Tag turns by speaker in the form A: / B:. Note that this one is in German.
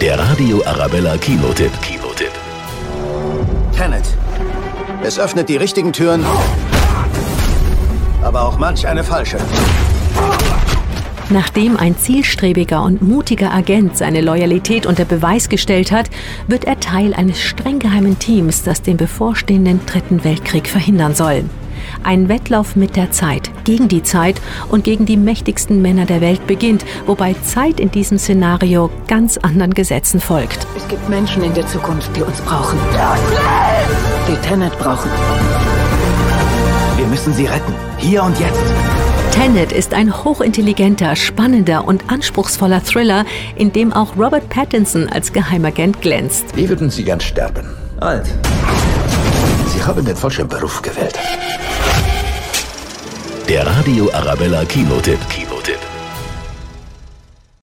A: Der Radio Arabella Kinotipp. Kinotipp.
B: Tenet. Es öffnet die richtigen Türen, aber auch manch eine falsche.
C: Nachdem ein zielstrebiger und mutiger Agent seine Loyalität unter Beweis gestellt hat, wird er Teil eines streng geheimen Teams, das den bevorstehenden Dritten Weltkrieg verhindern soll. Ein Wettlauf mit der Zeit, gegen die Zeit und gegen die mächtigsten Männer der Welt beginnt, wobei Zeit in diesem Szenario ganz anderen Gesetzen folgt.
D: Es gibt Menschen in der Zukunft, die uns brauchen. Die Tenet brauchen.
B: Wir müssen sie retten. Hier und jetzt.
C: Tenet ist ein hochintelligenter, spannender und anspruchsvoller Thriller, in dem auch Robert Pattinson als Geheimagent glänzt.
E: Wie würden Sie gern sterben?
B: Alt.
E: Sie haben den falschen Beruf gewählt.
A: Der Radio Arabella Kinotipp.